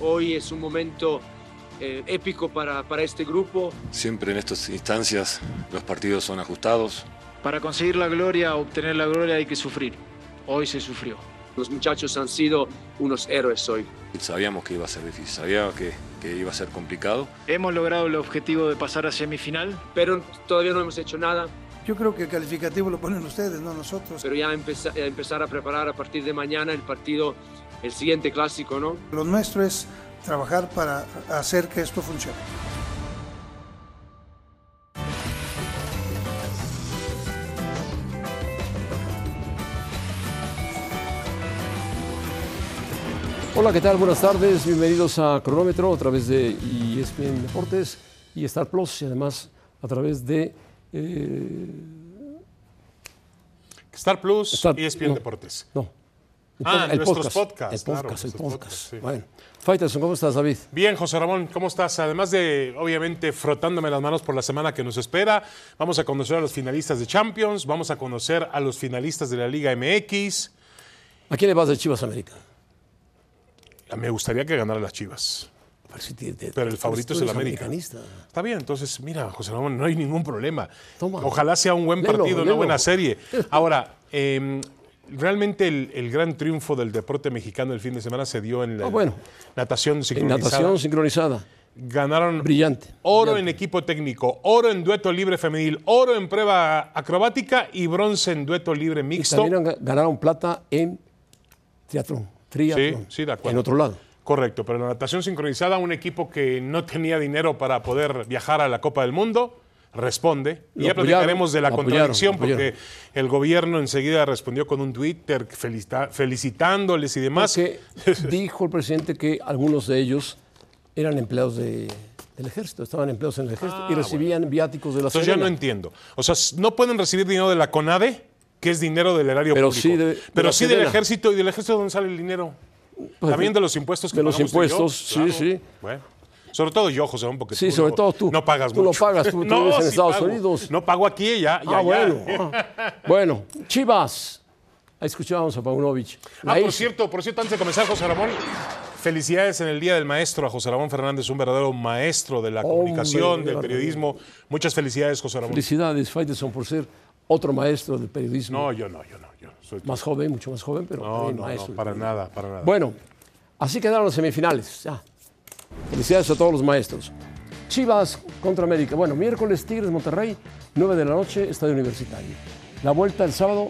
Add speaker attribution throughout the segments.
Speaker 1: Hoy es un momento eh, épico para, para este grupo.
Speaker 2: Siempre en estas instancias los partidos son ajustados.
Speaker 3: Para conseguir la gloria, obtener la gloria hay que sufrir. Hoy se sufrió.
Speaker 1: Los muchachos han sido unos héroes hoy.
Speaker 2: Sabíamos que iba a ser difícil, sabíamos que, que iba a ser complicado.
Speaker 3: Hemos logrado el objetivo de pasar a semifinal.
Speaker 1: Pero todavía no hemos hecho nada.
Speaker 4: Yo creo que el calificativo lo ponen ustedes, no nosotros.
Speaker 1: Pero ya empeza, empezar a preparar a partir de mañana el partido, el siguiente clásico, ¿no?
Speaker 4: Lo nuestro es trabajar para hacer que esto funcione.
Speaker 5: Hola, ¿qué tal? Buenas tardes, bienvenidos a Cronómetro a través de E ESPN Deportes y Star Plus y además a través de eh,
Speaker 6: Star Plus, E
Speaker 5: Star-
Speaker 6: ESPN
Speaker 5: no.
Speaker 6: Deportes.
Speaker 5: no.
Speaker 6: Ah,
Speaker 5: pod-
Speaker 6: nuestros podcasts,
Speaker 5: El podcast,
Speaker 6: claro,
Speaker 5: el
Speaker 6: nuestros
Speaker 5: podcast.
Speaker 6: podcasts, sí.
Speaker 5: Bueno, Faitelson, ¿cómo estás, David?
Speaker 6: Bien, José Ramón, ¿cómo estás? Además de, obviamente, frotándome las manos por la semana que nos espera, vamos a conocer a los finalistas de Champions, vamos a conocer a los finalistas de la Liga MX.
Speaker 5: ¿A quién le vas de Chivas América?
Speaker 6: Ah, Me gustaría que ganara las Chivas.
Speaker 5: Pero, si te- te-
Speaker 6: Pero el
Speaker 5: tú-
Speaker 6: favorito
Speaker 5: tú
Speaker 6: es el
Speaker 5: eres
Speaker 6: América.
Speaker 5: americanista.
Speaker 6: Está bien, entonces, mira, José Ramón, no hay ningún problema.
Speaker 5: Toma.
Speaker 6: Ojalá sea un buen
Speaker 5: Léelo,
Speaker 6: partido, una
Speaker 5: léelo.
Speaker 6: buena serie. Ahora, eh, realmente el, el gran triunfo del deporte mexicano el fin de semana se dio en la
Speaker 5: Ah, bueno.
Speaker 6: natación
Speaker 5: En
Speaker 6: sincronizada.
Speaker 5: natación sincronizada.
Speaker 6: Ganaron
Speaker 5: Brillante.
Speaker 6: oro
Speaker 5: brillante.
Speaker 6: en equipo técnico, oro en dueto libre femenil, oro en prueba acrobática y bronce en dueto libre
Speaker 5: Y
Speaker 6: mixto.
Speaker 5: también han- ganaron plata en teatro, triatlón.
Speaker 6: Sí, sí, de acuerdo.
Speaker 5: En otro lado.
Speaker 6: Correcto, pero la natación sincronizada, un equipo que no tenía dinero para poder viajar a la Copa del Mundo, responde.
Speaker 5: Lo
Speaker 6: y ya
Speaker 5: apoyaron,
Speaker 6: platicaremos de la
Speaker 5: lo apoyaron,
Speaker 6: contradicción,
Speaker 5: lo apoyaron.
Speaker 6: porque el gobierno enseguida respondió con un Twitter felicita- felicitándoles y demás.
Speaker 5: Porque dijo el presidente que algunos de ellos eran empleados de- del ejército, estaban empleados en el ejército y recibían viáticos de la
Speaker 6: Ah, Entonces ya no
Speaker 5: Sedena.
Speaker 6: entiendo. O sea, s- no pueden recibir dinero de la CONADE, que es dinero del erario
Speaker 5: Pero
Speaker 6: público.
Speaker 5: sí de- de
Speaker 6: pero
Speaker 5: la
Speaker 6: sí del
Speaker 5: Sedena.
Speaker 6: ejército. ¿Y del ejército dónde sale el dinero?
Speaker 5: Pues
Speaker 6: También
Speaker 5: de-
Speaker 6: de los impuestos que
Speaker 5: de los
Speaker 6: pagamos tú y yo,
Speaker 5: impuestos, sí, sí.
Speaker 6: Bueno. Sobre todo yo, José, Ramón, porque
Speaker 5: Sí,
Speaker 6: tú
Speaker 5: sobre
Speaker 6: no,
Speaker 5: todo tú.
Speaker 6: No pagas
Speaker 5: Tú no
Speaker 6: mucho.
Speaker 5: pagas, tú- tú vives en Estados Unidos.
Speaker 6: No pago aquí, eh, ya. ya,
Speaker 5: ah,
Speaker 6: ya.
Speaker 5: bueno. ah. Bueno, Chivas. Ahí escuchábamos a Paunovic. La
Speaker 6: Ah, por
Speaker 5: hija.
Speaker 6: cierto, por cierto, antes de comenzar, José Ramón, felicidades en el Día del Maestro a José Ramón Fernández, un verdadero maestro de la
Speaker 5: Hombre,
Speaker 6: comunicación, del
Speaker 5: qué
Speaker 6: periodismo. Muchas felicidades, José Ramón.
Speaker 5: Felicidades, Faitelson, por ser otro maestro del periodismo.
Speaker 6: No, yo no, yo no. Yo soy-
Speaker 5: Más joven, mucho más joven, pero
Speaker 6: no,
Speaker 5: también
Speaker 6: no,
Speaker 5: maestro.
Speaker 6: no, para nada, para nada.
Speaker 5: Bueno, así quedaron las semifinales. ya. Felicidades a todos los maestros. Chivas contra América. Bueno, miércoles Tigres Monterrey, 9 de la noche, Estadio Universitario. La vuelta el sábado,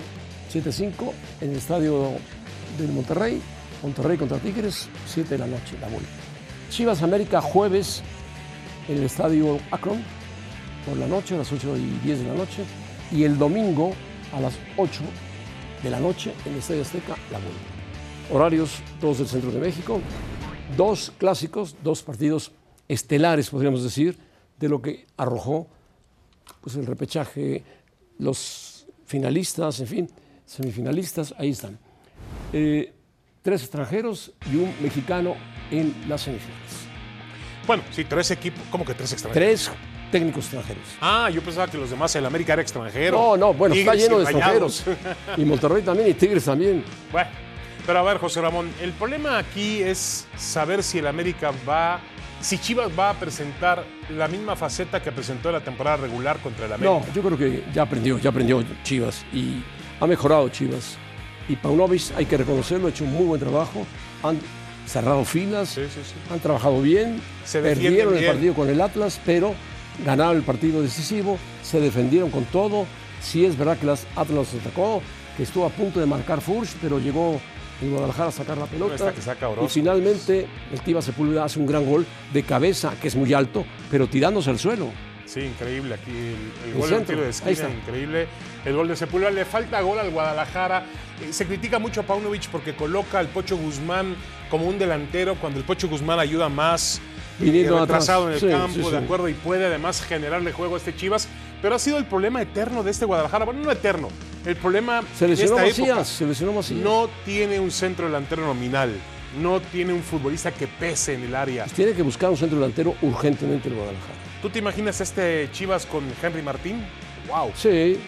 Speaker 5: 7-5, en el Estadio de Monterrey. Monterrey contra Tigres, 7 de la noche, la vuelta. Chivas América jueves en el Estadio Akron, por la noche, a las 8 y 10 de la noche. Y el domingo a las 8 de la noche en el Estadio Azteca, la vuelta. Horarios, dos del centro de México, dos clásicos, dos partidos estelares, podríamos decir, de lo que arrojó pues, el repechaje, los finalistas, en fin, semifinalistas, ahí están. Eh, tres extranjeros y un mexicano en las semifinales.
Speaker 6: Bueno, sí, tres equipos. ¿Cómo que tres extranjeros?
Speaker 5: Tres técnicos extranjeros.
Speaker 6: Ah, yo pensaba que los demás, el América era extranjero.
Speaker 5: No, no, bueno, está
Speaker 6: Tigres y
Speaker 5: lleno de
Speaker 6: Rayados.
Speaker 5: extranjeros. Y Monterrey también, y Tigres también.
Speaker 6: Bueno, pero a ver, José Ramón, el problema aquí es saber si el América va, si Chivas va a presentar la misma faceta que presentó en la temporada regular contra el América.
Speaker 5: No, yo creo que ya aprendió, ya aprendió Chivas y ha mejorado Chivas. Y Paunovic, hay que reconocerlo, ha hecho un muy buen trabajo. Han cerrado filas,
Speaker 6: Sí, sí, sí.
Speaker 5: han trabajado bien,
Speaker 6: Se defienden
Speaker 5: perdieron el
Speaker 6: bien.
Speaker 5: partido con el Atlas, pero ganaron el partido decisivo, se defendieron con todo. Sí es verdad que las Atlas los atacó, que estuvo a punto de marcar Furch, pero llegó en Guadalajara a sacar la pelota.
Speaker 6: Esta que saca Orozco.
Speaker 5: y finalmente el Tiva Sepúlveda hace un gran gol de cabeza, que es muy alto, pero tirándose al suelo.
Speaker 6: Sí, increíble aquí el, el
Speaker 5: El
Speaker 6: gol del
Speaker 5: centro,
Speaker 6: tiro de
Speaker 5: ahí
Speaker 6: esquina,
Speaker 5: está.
Speaker 6: increíble. El gol de Sepúlveda le falta gol al Guadalajara. Eh, Se critica mucho a Paunovic porque coloca al Pocho Guzmán como un delantero cuando el Pocho Guzmán ayuda más.
Speaker 5: Viniendo
Speaker 6: eh, retrasado
Speaker 5: atrás.
Speaker 6: en el
Speaker 5: Sí,
Speaker 6: campo,
Speaker 5: sí, sí.
Speaker 6: de acuerdo, y puede además generarle juego a este Chivas. Pero ha sido el problema eterno de este Guadalajara. Bueno, no eterno. El problema
Speaker 5: Se lesionó
Speaker 6: de esta época.
Speaker 5: Macías, se lesionó Macías.
Speaker 6: No tiene un centro delantero nominal. No tiene un futbolista que pese en el área.
Speaker 5: Tiene que buscar un centro delantero urgentemente el Guadalajara.
Speaker 6: ¿Tú te imaginas este Chivas con Henry Martín? ¡Wow!
Speaker 5: Sí,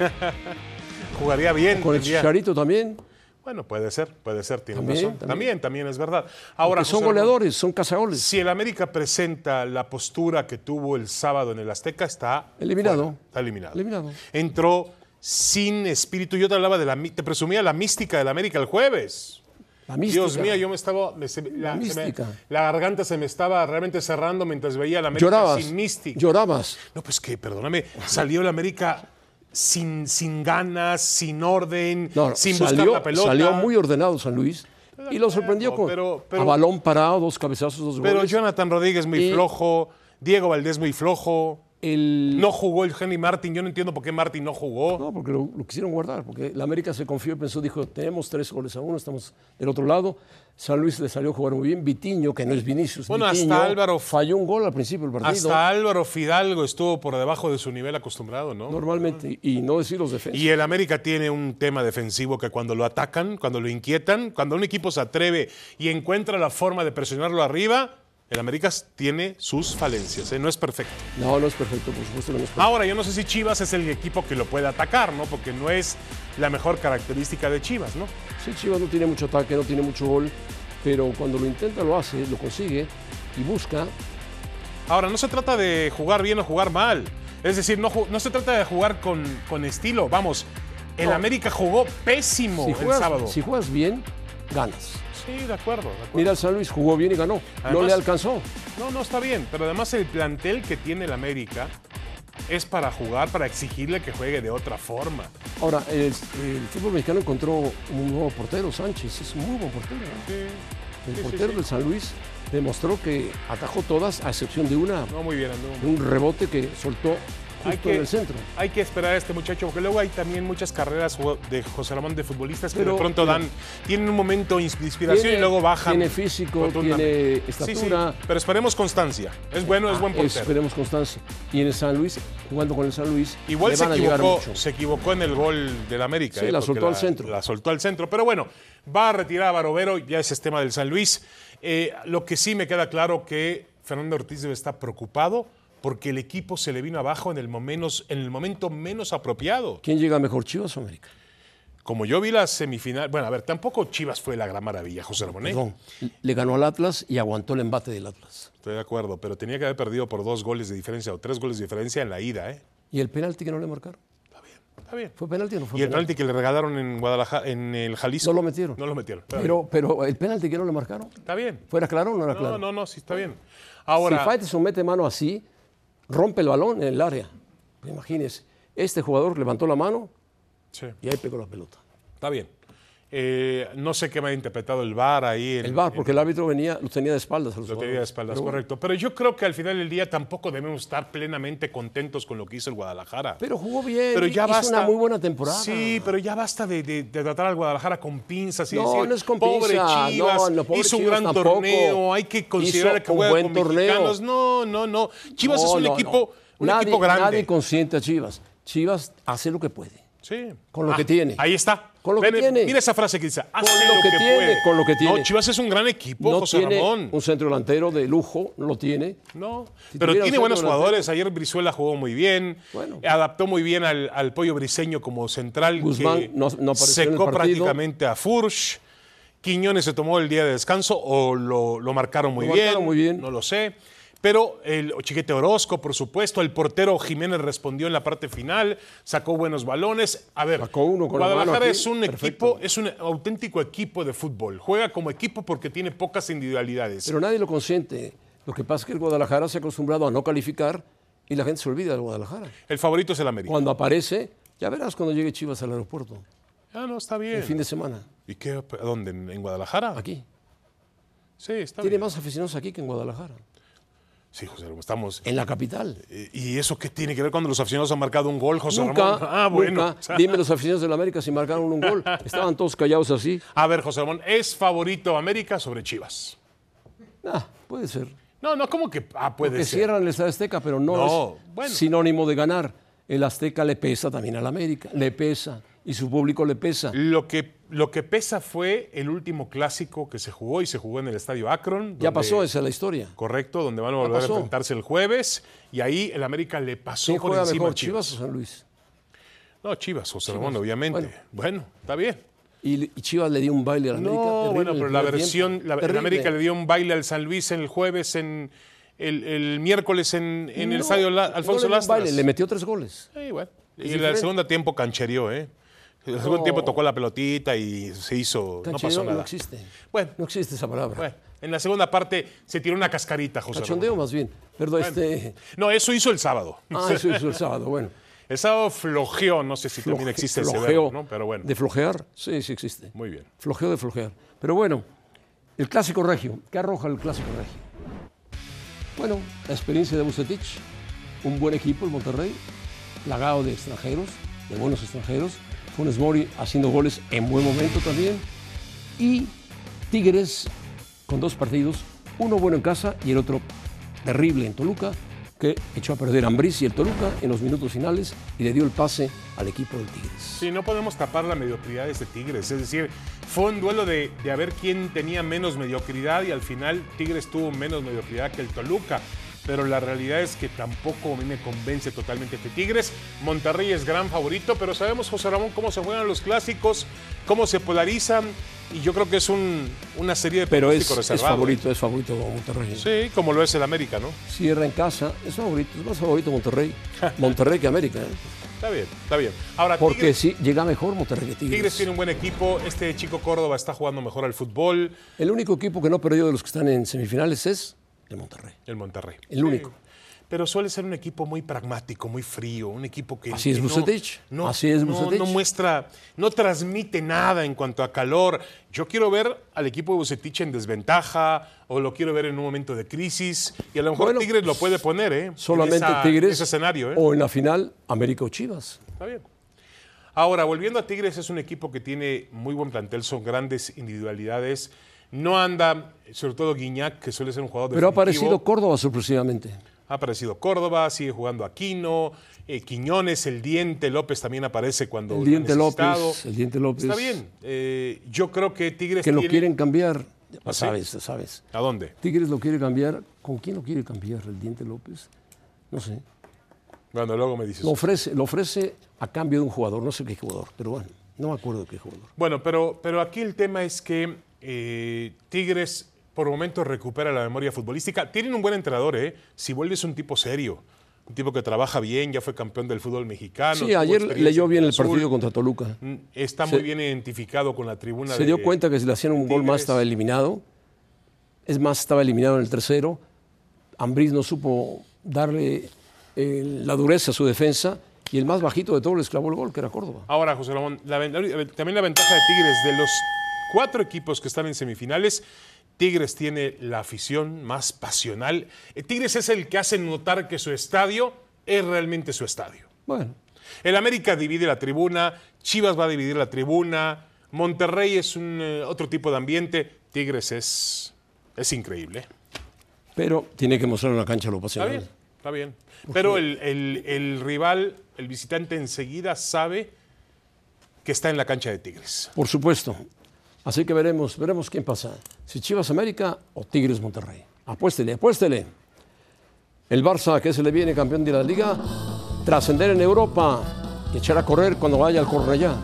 Speaker 6: Jugaría bien.
Speaker 5: con el
Speaker 6: tendría-
Speaker 5: Chicharito también.
Speaker 6: Bueno, puede ser, puede ser, tiene
Speaker 5: También,
Speaker 6: razón.
Speaker 5: también.
Speaker 6: También. también, es verdad. Ahora,
Speaker 5: que son
Speaker 6: José Ramón,
Speaker 5: goleadores, son cazagoles.
Speaker 6: Si el América presenta la postura que tuvo el sábado en el Azteca, está
Speaker 5: Eliminado.
Speaker 6: fuera, está eliminado.
Speaker 5: Eliminado.
Speaker 6: Entró sin espíritu. Yo te hablaba de la, mi- te presumía la mística del América el jueves.
Speaker 5: La mística.
Speaker 6: Dios mío, yo me estaba. me- se- la, se me-
Speaker 5: Mística.
Speaker 6: la garganta se me estaba realmente cerrando mientras veía a la América
Speaker 5: Llorabas.
Speaker 6: sin mística.
Speaker 5: Llorabas.
Speaker 6: No, pues que, perdóname, salió el América sin, sin ganas, sin orden,
Speaker 5: No, no,
Speaker 6: sin buscar
Speaker 5: salió,
Speaker 6: la pelota.
Speaker 5: salió muy ordenado San Luis y lo sorprendió con
Speaker 6: pero- pero-
Speaker 5: a balón parado, dos cabezazos, dos
Speaker 6: Pero
Speaker 5: goles.
Speaker 6: Jonathan Rodríguez muy
Speaker 5: Y-
Speaker 6: flojo, Diego Valdés muy flojo.
Speaker 5: El-
Speaker 6: No jugó el Henry Martin, yo no entiendo por qué Martin no jugó.
Speaker 5: No, porque lo, lo quisieron guardar, porque la América se confió y pensó, dijo, tenemos tres goles a uno, estamos del otro lado. San Luis le salió a jugar muy bien. Vitiño, que no es Vinicius.
Speaker 6: Bueno, hasta
Speaker 5: Vitiño
Speaker 6: Álvaro-
Speaker 5: Falló un gol al principio del partido,
Speaker 6: Hasta Álvaro Fidalgo estuvo por debajo de su nivel acostumbrado, ¿no?
Speaker 5: normalmente, y no decir los defensas.
Speaker 6: Y el América tiene un tema defensivo que cuando lo atacan, cuando lo inquietan, cuando un equipo se atreve y encuentra la forma de presionarlo arriba, el América tiene sus falencias, ¿eh? no es perfecto.
Speaker 5: No, no es perfecto, por supuesto, no es perfecto.
Speaker 6: Ahora, yo no sé si Chivas es el equipo que lo puede atacar, ¿no? Porque no es la mejor característica de Chivas, ¿no?
Speaker 5: Sí, Chivas no tiene mucho ataque, no tiene mucho gol, pero cuando lo intenta lo hace, lo consigue y busca.
Speaker 6: Ahora, no se trata de jugar bien o jugar mal. Es decir, no, ju- no se trata de jugar con, con estilo. Vamos, el América jugó pésimo
Speaker 5: Si
Speaker 6: el
Speaker 5: juegas,
Speaker 6: sábado.
Speaker 5: si juegas bien, ganas.
Speaker 6: Sí, de acuerdo. de acuerdo.
Speaker 5: Mira, el San Luis jugó bien y ganó. no
Speaker 6: Además-
Speaker 5: le alcanzó.
Speaker 6: No, no está bien. Pero además el plantel que tiene el América es para jugar, para exigirle que juegue de otra forma.
Speaker 5: Ahora, el, el fútbol mexicano encontró un nuevo portero, Sánchez. Es un muy buen portero. ¿no? El portero del San Luis demostró que atajó todas, a excepción de una,
Speaker 6: No, muy bien, anduvo
Speaker 5: de un rebote que soltó
Speaker 6: Hay
Speaker 5: justo
Speaker 6: que-
Speaker 5: en el centro.
Speaker 6: Hay que esperar a este muchacho, porque luego hay también muchas carreras ju- de José Ramón de futbolistas que
Speaker 5: Pero-
Speaker 6: de pronto
Speaker 5: pero-
Speaker 6: dan, tienen un momento de inspiración
Speaker 5: Tiene-
Speaker 6: y luego bajan.
Speaker 5: tiene físico, tiene
Speaker 6: rotundamente. Sí, sí,
Speaker 5: estatura.
Speaker 6: pero esperemos constancia. Es bueno, es buen portero.
Speaker 5: Ah, Esperemos constancia. Y en el San Luis, jugando con el San Luis,
Speaker 6: Igual
Speaker 5: le
Speaker 6: se
Speaker 5: van a llegar
Speaker 6: equivocó,
Speaker 5: mucho.
Speaker 6: se equivocó en el gol del América.
Speaker 5: Sí,
Speaker 6: eh,
Speaker 5: la
Speaker 6: porque
Speaker 5: soltó al centro.
Speaker 6: La soltó al centro. Pero bueno, va a retirar a Barovero, ya ese es tema del San Luis. Eh, lo que sí me queda claro que Fernando Ortiz debe estar preocupado porque el equipo se le vino abajo en el, momentos- en el momento menos apropiado.
Speaker 5: ¿Quién llega mejor, Chivas o América?
Speaker 6: Como yo vi la semifinal, bueno, a ver, tampoco Chivas fue la gran maravilla, José Ramón. ¿eh?
Speaker 5: Perdón, le ganó al Atlas y aguantó el embate del Atlas.
Speaker 6: Estoy de acuerdo, pero tenía que haber perdido por dos goles de diferencia o tres goles de diferencia en la ida, ¿eh?
Speaker 5: ¿Y el penalti que no le marcaron?
Speaker 6: Está bien.
Speaker 5: ¿Fue penalti o no fue
Speaker 6: Y el
Speaker 5: penalti?
Speaker 6: penalti que le regalaron en Guadalajara, en el Jalisco.
Speaker 5: No lo metieron.
Speaker 6: No lo metieron. Está bien.
Speaker 5: Pero, pero el penalti que no le marcaron,
Speaker 6: Está bien.
Speaker 5: ¿fuera claro o no era claro?
Speaker 6: No, no, no, sí está bien. Ahora,
Speaker 5: si Faitelson mete mano así, rompe el balón en el área. Imagínense, este jugador levantó la mano
Speaker 6: sí,
Speaker 5: y ahí pegó la pelota.
Speaker 6: está bien. Eh, no sé qué me ha interpretado el VAR ahí. en-
Speaker 5: El bar,
Speaker 6: en-
Speaker 5: porque el árbitro venía, los tenía de espaldas. a los
Speaker 6: Lo tenía de
Speaker 5: jugadores.
Speaker 6: espaldas,
Speaker 5: Pero bueno.
Speaker 6: correcto. Pero yo creo que al final del día tampoco debemos estar plenamente contentos con lo que hizo el Guadalajara.
Speaker 5: Pero jugó bien,
Speaker 6: Pero ya
Speaker 5: hizo
Speaker 6: basta.
Speaker 5: una muy buena temporada.
Speaker 6: Sí, pero ya basta de, de- de tratar al Guadalajara con pinzas y
Speaker 5: No,
Speaker 6: decir,
Speaker 5: no es con
Speaker 6: pobre
Speaker 5: pinza,
Speaker 6: Chivas,
Speaker 5: no, no, pobre
Speaker 6: hizo un
Speaker 5: Chivas
Speaker 6: gran
Speaker 5: tampoco.
Speaker 6: torneo, hay que considerar
Speaker 5: Hizo
Speaker 6: que
Speaker 5: un
Speaker 6: juega
Speaker 5: buen
Speaker 6: con
Speaker 5: torneo.
Speaker 6: mexicanos. No, no, no. Chivas
Speaker 5: No,
Speaker 6: es un
Speaker 5: no, no.
Speaker 6: equipo, un
Speaker 5: Nadie-
Speaker 6: equipo grande.
Speaker 5: Nadie consiente a Chivas. Chivas hace lo que puede.
Speaker 6: Sí. Ah,
Speaker 5: Con lo que tiene.
Speaker 6: Ahí está.
Speaker 5: Con lo que
Speaker 6: Ven,
Speaker 5: tiene.
Speaker 6: Mira esa frase que dice. Hace
Speaker 5: Con lo que tiene,
Speaker 6: puede.
Speaker 5: con lo que tiene.
Speaker 6: No, Chivas es un gran equipo,
Speaker 5: no
Speaker 6: José
Speaker 5: tiene
Speaker 6: Ramón.
Speaker 5: un centro delantero de lujo, no lo tiene.
Speaker 6: No,
Speaker 5: Si
Speaker 6: pero
Speaker 5: tuviera
Speaker 6: tiene
Speaker 5: un
Speaker 6: buenos
Speaker 5: centro
Speaker 6: jugadores. Ayer Brizuela jugó muy bien.
Speaker 5: Bueno.
Speaker 6: Adaptó muy bien al, al pollo briseño como central.
Speaker 5: Guzmán
Speaker 6: que
Speaker 5: no- no apareció en el
Speaker 6: secó
Speaker 5: partido.
Speaker 6: prácticamente a Furch. Quiñones se tomó el día de descanso o lo, lo marcaron muy
Speaker 5: Lo
Speaker 6: bien.
Speaker 5: marcaron muy bien.
Speaker 6: No lo sé. Pero el Chiquete Orozco, por supuesto, el portero Jiménez respondió en la parte final, sacó buenos balones. A ver,
Speaker 5: Sacó uno con la mano
Speaker 6: Guadalajara
Speaker 5: aquí,
Speaker 6: es un
Speaker 5: perfecto.
Speaker 6: equipo, es un auténtico equipo de fútbol. Juega como equipo porque tiene pocas individualidades.
Speaker 5: Pero nadie lo consiente. Lo que pasa es que el Guadalajara se ha acostumbrado a no calificar y la gente se olvida del Guadalajara.
Speaker 6: el favorito es el América.
Speaker 5: Cuando aparece, ya verás cuando llegue Chivas al aeropuerto,
Speaker 6: Ah, no, está bien.
Speaker 5: el fin de semana,
Speaker 6: ¿Y qué? ¿A dónde? ¿En, en Guadalajara?
Speaker 5: aquí.
Speaker 6: Sí, está
Speaker 5: Tiene
Speaker 6: bien.
Speaker 5: más aficionados aquí que en Guadalajara,
Speaker 6: Sí, José Ramón, estamos...
Speaker 5: en la capital.
Speaker 6: Eh, ¿Y eso qué tiene que ver cuando los aficionados han marcado un gol, José
Speaker 5: Nunca,
Speaker 6: Ramón? Ah, bueno.
Speaker 5: nunca, dime los aficionados del América si marcaron un gol. Estaban todos callados así.
Speaker 6: A ver, José Ramón, ¿es favorito América sobre Chivas?
Speaker 5: Ah, puede ser.
Speaker 6: No, no, ¿cómo que? Ah, puede
Speaker 5: que
Speaker 6: ser.
Speaker 5: cierran el Estadio Azteca, pero no,
Speaker 6: No,
Speaker 5: es
Speaker 6: bueno.
Speaker 5: sinónimo de ganar. El Azteca le pesa también al América, le pesa y su público le pesa.
Speaker 6: Lo que, lo que pesa fue el último clásico que se jugó y se jugó en el Estadio
Speaker 5: Ya
Speaker 6: Akron. donde-
Speaker 5: pasó, esa es la historia.
Speaker 6: Correcto, donde van a volver a
Speaker 5: pasó.
Speaker 6: enfrentarse el jueves. Y ahí el América le pasó
Speaker 5: ¿Quién
Speaker 6: por
Speaker 5: juega
Speaker 6: encima
Speaker 5: mejor,
Speaker 6: a Chivas.
Speaker 5: Chivas o San Luis?
Speaker 6: No, Chivas, José Ramón, obviamente. Bueno. está bien.
Speaker 5: y, y Chivas le dio un baile a la América.
Speaker 6: No,
Speaker 5: terrible
Speaker 6: bueno,
Speaker 5: en el
Speaker 6: pero la
Speaker 5: primer
Speaker 6: versión,
Speaker 5: tiempo,
Speaker 6: la, en
Speaker 5: terrible.
Speaker 6: América le dio un baile al San Luis el jueves, en el, el miércoles en, en el
Speaker 5: No,
Speaker 6: estadio La-
Speaker 5: no
Speaker 6: Alfonso
Speaker 5: le dio un
Speaker 6: Lastras.
Speaker 5: baile, le metió tres goles.
Speaker 6: Sí, bueno.
Speaker 5: Es
Speaker 6: Y en el
Speaker 5: diferente.
Speaker 6: segundo tiempo cancherió, ¿eh? En el segundo
Speaker 5: No.
Speaker 6: tiempo tocó la pelotita y se hizo, no
Speaker 5: Cachondeo
Speaker 6: pasó nada.
Speaker 5: existe.
Speaker 6: Bueno.
Speaker 5: No existe esa palabra.
Speaker 6: Bueno, en la segunda parte se tiró una cascarita, José.
Speaker 5: Cachondeo más bien. Perdón, este...
Speaker 6: Ramón. No, eso hizo el sábado.
Speaker 5: Ah, eso hizo el sábado, bueno.
Speaker 6: El sábado flojeó, no sé si también
Speaker 5: Floje-
Speaker 6: existe ese
Speaker 5: flojeo.
Speaker 6: verbo, ¿no? Pero bueno,
Speaker 5: ¿De flojear? Sí, sí existe.
Speaker 6: muy bien.
Speaker 5: Flojeo de flojear. Pero bueno, el clásico regio. ¿Qué arroja el clásico regio? Bueno, la experiencia de Bucetich, un buen equipo el Monterrey, plagado de extranjeros, de buenos extranjeros, Funes Mori haciendo goles en buen momento también, y Tigres con dos partidos, uno bueno en casa y el otro terrible en Toluca, que echó a perder a Ambriz y el Toluca en los minutos finales y le dio el pase al equipo del Tigres.
Speaker 6: Sí, no podemos tapar la mediocridad de este Tigres. Es decir, fue un duelo de, de a ver quién tenía menos mediocridad y al final Tigres tuvo menos mediocridad que el Toluca. Pero la realidad es que tampoco a mí me convence totalmente este Tigres. Monterrey es gran favorito, pero sabemos, José Ramón, cómo se juegan los clásicos, cómo se polarizan. Y yo creo que es un- una serie de
Speaker 5: Pero es,
Speaker 6: pronóstico
Speaker 5: es
Speaker 6: reservado,
Speaker 5: favorito, es favorito Monterrey.
Speaker 6: ¿eh? Sí, como lo es el América, ¿no?
Speaker 5: Cierra en casa, es favorito, es más favorito Monterrey. Monterrey que América, ¿eh?
Speaker 6: Está bien, está bien. Ahora,
Speaker 5: porque
Speaker 6: Tigres-
Speaker 5: sí, llega mejor Monterrey que Tigres.
Speaker 6: Tigres tiene un buen equipo. Este chico Córdoba está jugando mejor al fútbol.
Speaker 5: El único equipo que no perdió de los que están en semifinales es el Monterrey,
Speaker 6: El Monterrey.
Speaker 5: el único.
Speaker 6: Pero suele ser un equipo muy pragmático, muy frío, un equipo que.
Speaker 5: Así es
Speaker 6: que no-
Speaker 5: Vucetich,
Speaker 6: No,
Speaker 5: así es
Speaker 6: no,
Speaker 5: Vucetich.
Speaker 6: no muestra, no transmite nada en cuanto a calor. Yo quiero ver al equipo de Bucetich en desventaja o lo quiero ver en un momento de crisis. Y a lo mejor
Speaker 5: Bueno,
Speaker 6: Tigres lo puede poner, ¿eh? En
Speaker 5: Solamente
Speaker 6: esa-
Speaker 5: Tigres
Speaker 6: Ese escenario, ¿eh?
Speaker 5: o en la final América o Chivas.
Speaker 6: Está bien. Ahora, volviendo a Tigres, es un equipo que tiene muy buen plantel, son grandes individualidades. No anda, sobre todo Guiñac, que suele ser un jugador
Speaker 5: Pero ha
Speaker 6: definitivo.
Speaker 5: aparecido Córdoba sorpresivamente.
Speaker 6: Ha aparecido Córdoba, sigue jugando Aquino, eh, Quiñones, el Diente López también aparece cuando.
Speaker 5: El
Speaker 6: lo
Speaker 5: Diente
Speaker 6: han
Speaker 5: López,
Speaker 6: necesitado.
Speaker 5: el Diente López.
Speaker 6: Está bien. eh, yo creo que Tigres.
Speaker 5: Que lo
Speaker 6: tiene-
Speaker 5: quieren cambiar. pues,
Speaker 6: ¿Ah, sí?
Speaker 5: sabes, sabes.
Speaker 6: ¿A dónde?
Speaker 5: Tigres lo quiere cambiar. ¿Con quién lo quiere cambiar el Diente López? No sé.
Speaker 6: Bueno, luego me dices.
Speaker 5: Lo ofrece, lo ofrece a cambio de un jugador, no sé qué jugador, pero bueno, no me acuerdo qué jugador.
Speaker 6: Bueno, pero, pero aquí el tema es que eh, Tigres por momentos recupera la memoria futbolística. Tienen un buen entrenador, ¿eh? Si vuelves un tipo serio, un tipo que trabaja bien, ya fue campeón del fútbol mexicano.
Speaker 5: Sí,
Speaker 6: tuvo
Speaker 5: ayer
Speaker 6: experiencia
Speaker 5: leyó
Speaker 6: en
Speaker 5: bien el
Speaker 6: Azul,
Speaker 5: partido contra Toluca.
Speaker 6: mm, Está
Speaker 5: Se-
Speaker 6: muy bien identificado con la tribuna.
Speaker 5: Se
Speaker 6: de-
Speaker 5: dio cuenta que si le hacían un gol más
Speaker 6: Tigres.
Speaker 5: estaba eliminado. Es más, estaba eliminado en el tercero. Ambriz no supo darle eh, la dureza a su defensa y el más bajito de todos le esclavó el gol, que era Córdoba.
Speaker 6: Ahora, José Ramón, la ven- la- también la ventaja de Tigres, de los cuatro equipos que están en semifinales, Tigres tiene la afición más pasional. Eh, Tigres es el que hace notar que su estadio es realmente su estadio.
Speaker 5: Bueno,
Speaker 6: El América divide la tribuna, Chivas va a dividir la tribuna, Monterrey es un, eh, otro tipo de ambiente, Tigres es, es increíble.
Speaker 5: pero tiene que mostrar una cancha lo
Speaker 6: Está bien,
Speaker 5: pasional.
Speaker 6: está bien. Pero el, el- el rival, el visitante enseguida sabe que está en la cancha de Tigres.
Speaker 5: Por supuesto. Así que veremos, veremos quién pasa. Si Chivas América o Tigres Monterrey. Apuéstele, apuéstele. El Barça que se le viene campeón de la liga, trascender en Europa y echar a correr cuando vaya al Cornellá.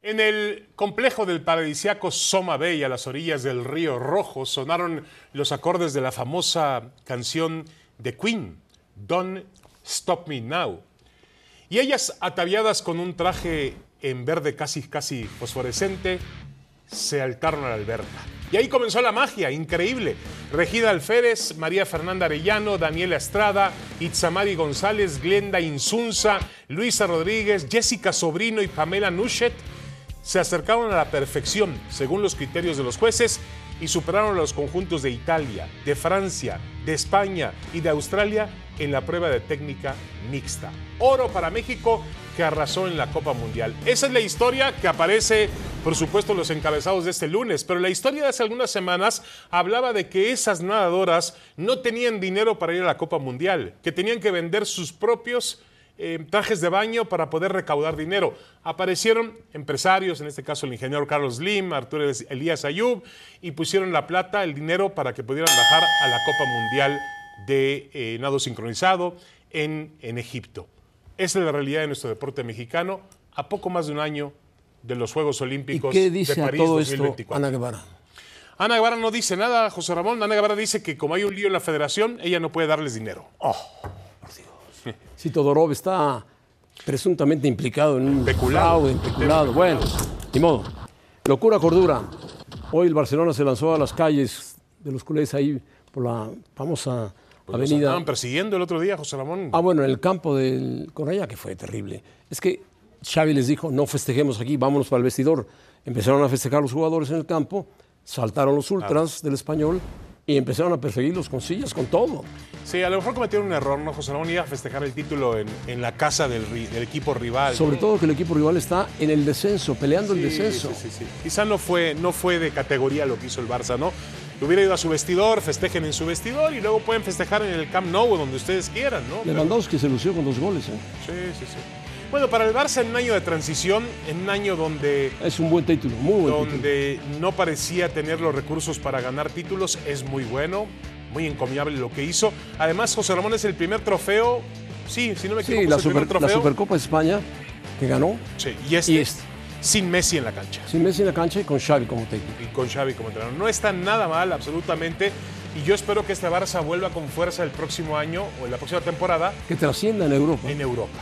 Speaker 6: En el complejo del paradisiaco Soma Bay, a las orillas del río Rojo, sonaron los acordes de la famosa canción de Queen, Don't Stop Me Now. Y ellas, ataviadas con un traje en verde casi, casi fosforescente, se altaron a la alberca. Y ahí comenzó la magia, increíble. Regida Alférez, María Fernanda Arellano, Daniela Estrada, Itzamari González, Glenda Insunza, Luisa Rodríguez, Jessica Sobrino y Pamela Nuchet se acercaron a la perfección, según los criterios de los jueces, y superaron a los conjuntos de Italia, de Francia, de España y de Australia en la prueba de técnica mixta. Oro para México que arrasó en la Copa Mundial. Esa es la historia que aparece, por supuesto, en los encabezados de este lunes, pero la historia de hace algunas semanas hablaba de que esas nadadoras no tenían dinero para ir a la Copa Mundial, que tenían que vender sus propios eh, trajes de baño para poder recaudar dinero. Aparecieron empresarios, en este caso el ingeniero Carlos Lim, Arturo Elías Ayub, y pusieron la plata, el dinero para que pudieran bajar a la Copa Mundial de eh, Nado Sincronizado en, en Egipto. Esa es la realidad de nuestro deporte mexicano a poco más de un año de los Juegos
Speaker 5: ¿Y
Speaker 6: Olímpicos
Speaker 5: qué dice
Speaker 6: de
Speaker 5: a
Speaker 6: París
Speaker 5: todo esto
Speaker 6: 2024.
Speaker 5: Ana Guevara?
Speaker 6: Ana Guevara no dice nada, José Ramón. Ana Guevara dice que como hay un lío en la federación, ella no puede darles dinero.
Speaker 5: Oh. Si Todorov está presuntamente implicado en un
Speaker 6: Peculado.
Speaker 5: fraude, en peculado. Bueno, ni modo. Locura, cordura. Hoy el Barcelona se lanzó a las calles de los culés ahí por la famosa
Speaker 6: Nos
Speaker 5: avenida.
Speaker 6: Estaban persiguiendo el otro día, José Ramón.
Speaker 5: Ah, bueno, en el campo del Correa, que fue terrible. Es que Xavi les dijo, no festejemos aquí, vámonos para el vestidor. Empezaron a festejar los jugadores en el campo, saltaron los ultras del español y empezaron a perseguirlos con sillas, con todo.
Speaker 6: Sí, a lo mejor cometieron un error, ¿no? José Ramón iba a festejar el título en, en la casa del, ri- del equipo rival.
Speaker 5: Sobre todo que el equipo rival está en el descenso, peleando el
Speaker 6: Sí,
Speaker 5: descenso.
Speaker 6: sí, sí, sí. Quizá no fue, no fue de categoría lo que hizo el Barça, ¿no? Hubiera ido a su vestidor, festejen en su vestidor y luego pueden festejar en el Camp Nou o donde ustedes quieran, ¿no? Pero-
Speaker 5: Lewandowski se lució con dos goles. ¿eh?
Speaker 6: sí, sí, sí. Bueno, para el Barça en un año de transición, en un año donde
Speaker 5: Es un buen título, muy buen título.
Speaker 6: donde no parecía tener los recursos para ganar títulos, es muy bueno, muy encomiable lo que hizo. Además, José Ramón es el primer trofeo, sí, si no me equivoco,
Speaker 5: Sí, la,
Speaker 6: es el primer
Speaker 5: super- la
Speaker 6: trofeo.
Speaker 5: Supercopa de España que ganó
Speaker 6: Sí, y este,
Speaker 5: y este.
Speaker 6: sin Messi en la cancha
Speaker 5: sin Messi en la cancha y con Xavi como técnico.
Speaker 6: y con Xavi como entrenador. No está nada mal, absolutamente, y yo espero que este Barça vuelva con fuerza el próximo año o en la próxima temporada
Speaker 5: Que trascienda en Europa.
Speaker 6: en Europa.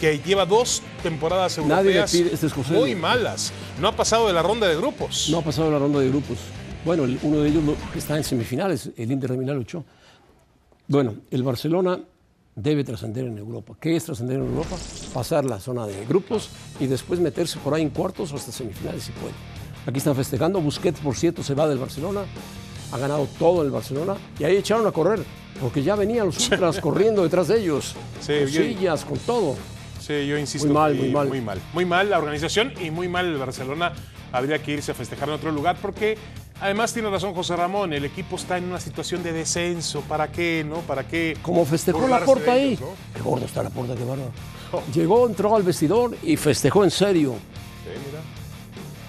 Speaker 6: Que lleva dos temporadas
Speaker 5: Nadie le
Speaker 6: europeas
Speaker 5: pide- este es José.
Speaker 6: muy malas. No ha pasado de la ronda de grupos.
Speaker 5: No ha pasado la ronda de grupos. Bueno, el- uno de ellos lo- que está en semifinales, el Inter de Milán luchó. Bueno, el Barcelona debe trascender en Europa. ¿Qué es trascender en Europa? Pasar la zona de grupos y después meterse por ahí en cuartos o hasta semifinales si puede. Aquí están festejando. Busquets, por cierto, se va del Barcelona. Ha ganado todo el Barcelona. Y ahí echaron a correr, porque ya venían los ultras corriendo detrás de ellos.
Speaker 6: Sí,
Speaker 5: con
Speaker 6: bien.
Speaker 5: sillas, con todo.
Speaker 6: Sí, yo insisto.
Speaker 5: Muy mal,
Speaker 6: que
Speaker 5: muy mal.
Speaker 6: Muy mal. Muy mal la organización y muy mal el Barcelona. Habría que irse a festejar en otro lugar porque además tiene razón José Ramón, el equipo está en una situación de descenso. ¿Para qué, no? ¿Para qué?
Speaker 5: Como festejó la
Speaker 6: burlarse
Speaker 5: puerta
Speaker 6: de
Speaker 5: ahí.
Speaker 6: ellos, no?
Speaker 5: Qué gordo está la puerta, qué bárbaro. Llegó, entró al vestidor y festejó en serio.
Speaker 6: Sí, mira.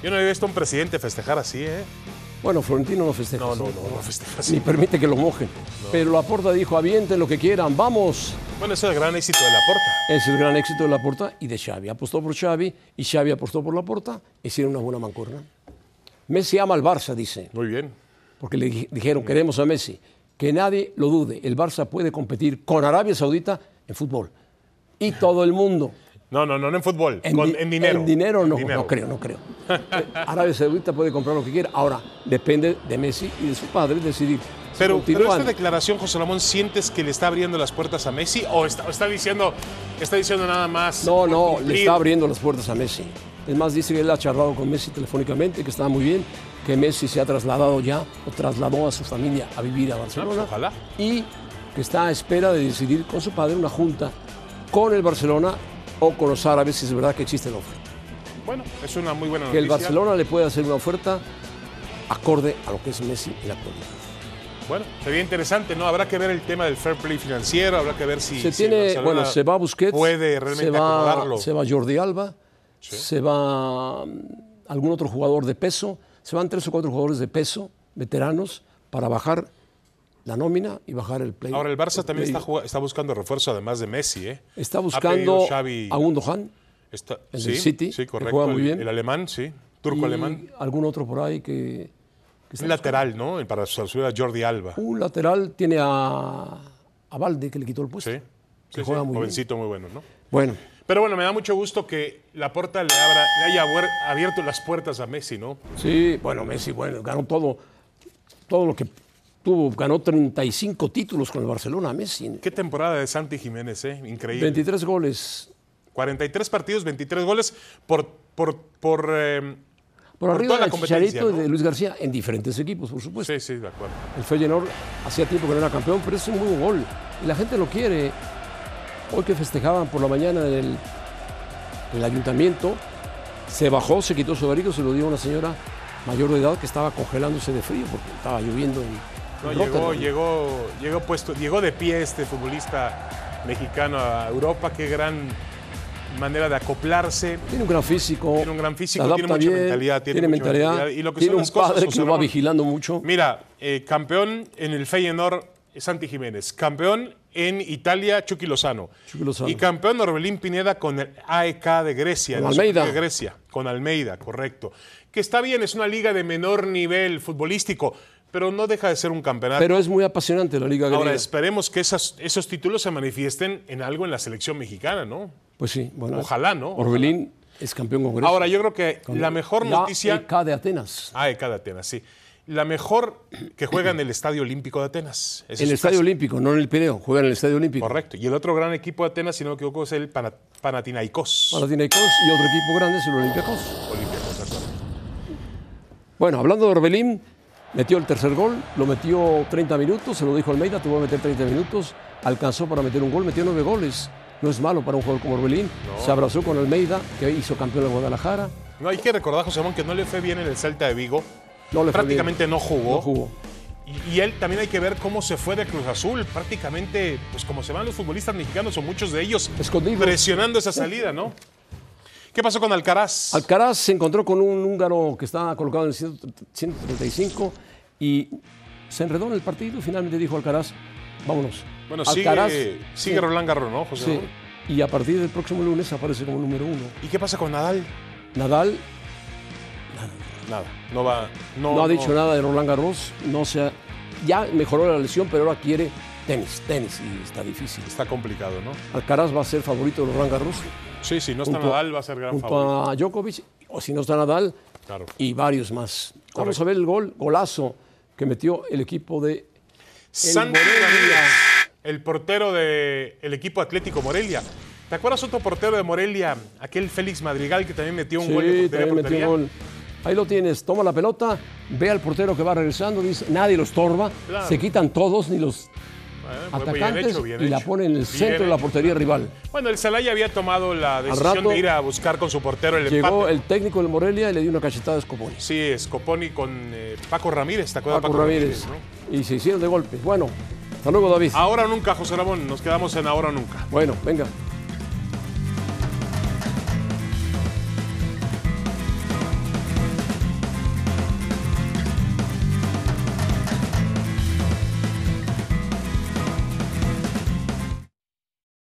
Speaker 6: Yo no había visto a un presidente festejar así, ¿eh?
Speaker 5: Bueno, Florentino no festeja.
Speaker 6: No,
Speaker 5: así,
Speaker 6: no, no, no festeja
Speaker 5: Ni
Speaker 6: así.
Speaker 5: permite que lo mojen. Pero la porta dijo, avienten lo que quieran, vamos.
Speaker 6: Bueno, ese es el gran éxito de la puerta.
Speaker 5: Es el gran éxito de la porta y de Xavi. Apostó por Xavi y Xavi apostó por la porta. Hicieron una buena mancuerna. Messi ama al Barça, dice,
Speaker 6: Muy bien.
Speaker 5: porque le di-
Speaker 6: Mm.
Speaker 5: dijeron, queremos a Messi. Que nadie lo dude, el Barça puede competir con Arabia Saudita en fútbol. Y todo el mundo.
Speaker 6: No, no, no, no en fútbol,
Speaker 5: En,
Speaker 6: con-
Speaker 5: di-
Speaker 6: en dinero.
Speaker 5: En dinero no,
Speaker 6: En
Speaker 5: no creo, no creo. Eh, Arabia Saudita puede comprar lo que quiera. Ahora, depende de Messi y de su padre decidir. si
Speaker 6: Pero, este pero
Speaker 5: continúan.
Speaker 6: esta declaración, José Ramón, ¿sientes que le está abriendo las puertas a Messi o está, o está diciendo, está diciendo nada más?
Speaker 5: No,
Speaker 6: por
Speaker 5: no,
Speaker 6: cumplir?
Speaker 5: le está abriendo las puertas a Messi. Es más, dice que él ha charlado con Messi telefónicamente, que está muy bien, que Messi se ha trasladado ya, o trasladó a su familia a vivir a Barcelona.
Speaker 6: pues, ojalá.
Speaker 5: Y que está a espera de decidir con su padre una junta con el Barcelona o con los árabes, si es verdad que existe la oferta.
Speaker 6: Bueno, es una muy buena
Speaker 5: Que
Speaker 6: noticia.
Speaker 5: el Barcelona le pueda hacer una oferta acorde a lo que es Messi en la actualidad.
Speaker 6: Bueno, sería interesante, ¿no? Habrá que ver el tema del fair play financiero, habrá que ver si.
Speaker 5: se
Speaker 6: si
Speaker 5: tiene,
Speaker 6: Barcelona
Speaker 5: bueno, se va Busquets,
Speaker 6: Puede realmente
Speaker 5: se va,
Speaker 6: acomodarlo.
Speaker 5: se va Jordi Alba, se va mm, algún otro jugador de peso, se van tres o cuatro jugadores de peso, veteranos, para bajar la nómina y bajar el play.
Speaker 6: Ahora, el Barça
Speaker 5: el
Speaker 6: también está,
Speaker 5: play.
Speaker 6: jugando- está buscando refuerzo, además de Messi, ¿eh?
Speaker 5: Está
Speaker 6: Ha
Speaker 5: buscando
Speaker 6: pedido Xavi-
Speaker 5: a Gundogan,
Speaker 6: está-
Speaker 5: el
Speaker 6: sí,
Speaker 5: del City,
Speaker 6: sí,
Speaker 5: que
Speaker 6: correcto.
Speaker 5: juega muy
Speaker 6: el-
Speaker 5: bien.
Speaker 6: El, alemán, sí. Turco
Speaker 5: y
Speaker 6: alemán.
Speaker 5: algún otro por ahí que, que está
Speaker 6: Un lateral, ¿no? Para sustituir a Jordi Alba.
Speaker 5: buscando. Un lateral tiene a, a Valde, que le quitó el puesto.
Speaker 6: sí.
Speaker 5: que
Speaker 6: Sí, sí,
Speaker 5: juega muy bien.
Speaker 6: jovencito muy bueno, ¿no?
Speaker 5: Bueno,
Speaker 6: Pero bueno, me da mucho gusto que la puerta le, abra, le haya abuer- abierto las puertas a Messi, ¿no?
Speaker 5: Sí, bueno, Messi, bueno, ganó todo, todo lo que tuvo, ganó 35 títulos con el Barcelona, Messi.
Speaker 6: Qué temporada de Santi Jiménez, ¿eh? Increíble.
Speaker 5: 23 goles.
Speaker 6: 43 partidos, 23 goles por, por, por, eh,
Speaker 5: Por,
Speaker 6: Por
Speaker 5: arriba
Speaker 6: toda la
Speaker 5: de
Speaker 6: competencia,
Speaker 5: Chicharito
Speaker 6: ¿no?
Speaker 5: y de Luis García en diferentes equipos, por supuesto.
Speaker 6: sí, sí, de acuerdo.
Speaker 5: El Feyenoord hacía tiempo que no era campeón, pero es un muy buen gol. Y la gente lo quiere. Hoy que festejaban por la mañana en el, en el ayuntamiento, se bajó, se quitó su abrigo, se lo dio a una señora mayor de edad que estaba congelándose de frío porque estaba lloviendo. en-
Speaker 6: No,
Speaker 5: en
Speaker 6: llegó,
Speaker 5: Rotterdam.
Speaker 6: llegó, llegó puesto, llegó de pie este futbolista mexicano a Europa. Qué gran manera de acoplarse.
Speaker 5: Tiene un gran físico.
Speaker 6: Tiene un gran físico,
Speaker 5: se
Speaker 6: tiene
Speaker 5: adapta
Speaker 6: mucha
Speaker 5: bien,
Speaker 6: mentalidad, tiene
Speaker 5: Tiene,
Speaker 6: mucha
Speaker 5: mentalidad.
Speaker 6: mentalidad. Y lo que
Speaker 5: tiene
Speaker 6: son
Speaker 5: un
Speaker 6: las cosas,
Speaker 5: padre
Speaker 6: José
Speaker 5: que lo va
Speaker 6: Ramón.
Speaker 5: vigilando mucho.
Speaker 6: Mira, eh, campeón en el Feyenoord, Santi Jiménez. Campeón en Italia, Chucky Lozano.
Speaker 5: Chucky Lozano.
Speaker 6: Y campeón Orbelín Pineda con el AEK de Grecia.
Speaker 5: Con
Speaker 6: la Superliga
Speaker 5: Almeida.
Speaker 6: de Grecia, con Almeida, correcto. Que está bien, es una liga de menor nivel futbolístico, pero no deja de ser un campeonato.
Speaker 5: Pero es muy apasionante la Liga Griega.
Speaker 6: Ahora, esperemos que esas- esos títulos se manifiesten en algo en la selección mexicana, ¿no?
Speaker 5: Pues sí, bueno.
Speaker 6: Ojalá, ¿no?
Speaker 5: Orbelín es campeón con Grecia.
Speaker 6: Ahora, yo creo que
Speaker 5: Con
Speaker 6: la mejor noticia...
Speaker 5: EK de Atenas.
Speaker 6: Ah, EK de Atenas, sí. La mejor que juega en el Estadio Olímpico de Atenas. Esa
Speaker 5: En el
Speaker 6: es su
Speaker 5: Estadio
Speaker 6: casa.
Speaker 5: Olímpico, no en el Pireo. Juega en el Estadio Olímpico.
Speaker 6: Correcto. Y el otro gran equipo de Atenas, si no me equivoco, es el Pana- Panathinaikos.
Speaker 5: Panathinaikos y otro equipo grande es el Olympiacos.
Speaker 6: Olímpicos, de acuerdo.
Speaker 5: Bueno, hablando de Orbelín, metió el tercer gol, lo metió 30 minutos, se lo dijo Almeida, tuvo que meter 30 minutos, alcanzó para meter un gol, metió nueve goles. No es malo para un jugador como Orbelín. Se abrazó con Almeida, que hizo campeón de Guadalajara.
Speaker 6: No, hay que recordar, José Ramón, que no le fue bien en el Celta de Vigo.
Speaker 5: No le fue bien.
Speaker 6: prácticamente no jugó.
Speaker 5: No jugó.
Speaker 6: Y, y él también hay que ver cómo se fue de Cruz Azul. Prácticamente, pues como se van los futbolistas mexicanos, o muchos de ellos,
Speaker 5: Escondidos.
Speaker 6: presionando esa salida, ¿no? ¿Qué pasó con Alcaraz?
Speaker 5: Alcaraz se encontró con un húngaro que estaba colocado en el 135 y se enredó en el partido y finalmente dijo Alcaraz, vámonos.
Speaker 6: bueno,
Speaker 5: Alcaraz,
Speaker 6: sigue, sigue
Speaker 5: sí,
Speaker 6: Roland Garros, ¿no, José
Speaker 5: sí.
Speaker 6: Ramón?
Speaker 5: Y a partir del próximo lunes aparece como número uno.
Speaker 6: ¿Y qué pasa con Nadal?
Speaker 5: Nadal
Speaker 6: Nada, no va. No,
Speaker 5: no, ha dicho nada de Roland Garros, no se ha- ya mejoró la lesión, pero ahora quiere tenis, tenis y está difícil.
Speaker 6: Está complicado, ¿no?
Speaker 5: Alcaraz va a ser favorito de Roland Garros.
Speaker 6: Sí, sí, no está
Speaker 5: junto-
Speaker 6: Nadal, va a ser gran
Speaker 5: junto
Speaker 6: favorito.
Speaker 5: a Djokovic, o si no está Nadal,
Speaker 6: Claro.
Speaker 5: y varios más. Vamos a ver el gol, golazo que metió el equipo de
Speaker 6: Santi
Speaker 5: Morelia.
Speaker 6: Ramírez, el portero del equipo Atlético Morelia. ¿Te acuerdas otro portero de Morelia, aquel Félix Madrigal que también metió un
Speaker 5: Sí,
Speaker 6: gol de portería a
Speaker 5: también metió
Speaker 6: portería?
Speaker 5: un gol. Ahí lo tienes, toma la pelota, ve al portero que va regresando, dice, nadie los torba,
Speaker 6: Claro.
Speaker 5: se quitan todos, ni los
Speaker 6: Eh, fue bien
Speaker 5: atacantes,
Speaker 6: hecho, bien
Speaker 5: y la
Speaker 6: hecho.
Speaker 5: pone en el
Speaker 6: Bien
Speaker 5: centro de la
Speaker 6: hecho.
Speaker 5: portería rival.
Speaker 6: Bueno, el Celaya había tomado la decisión
Speaker 5: rato
Speaker 6: de ir a buscar con su portero el
Speaker 5: Llegó
Speaker 6: empate.
Speaker 5: el técnico del Morelia y le dio una cachetada a Scoponi.
Speaker 6: Sí, Scoponi con eh, Paco Ramírez, ¿te acuerdas?
Speaker 5: Paco,
Speaker 6: de
Speaker 5: Ramírez.
Speaker 6: ¿no? Ah.
Speaker 5: Y se hicieron de golpes. Bueno, hasta luego, David.
Speaker 6: Ahora o nunca, José Ramón, nos quedamos en ahora o nunca.
Speaker 5: Bueno, venga.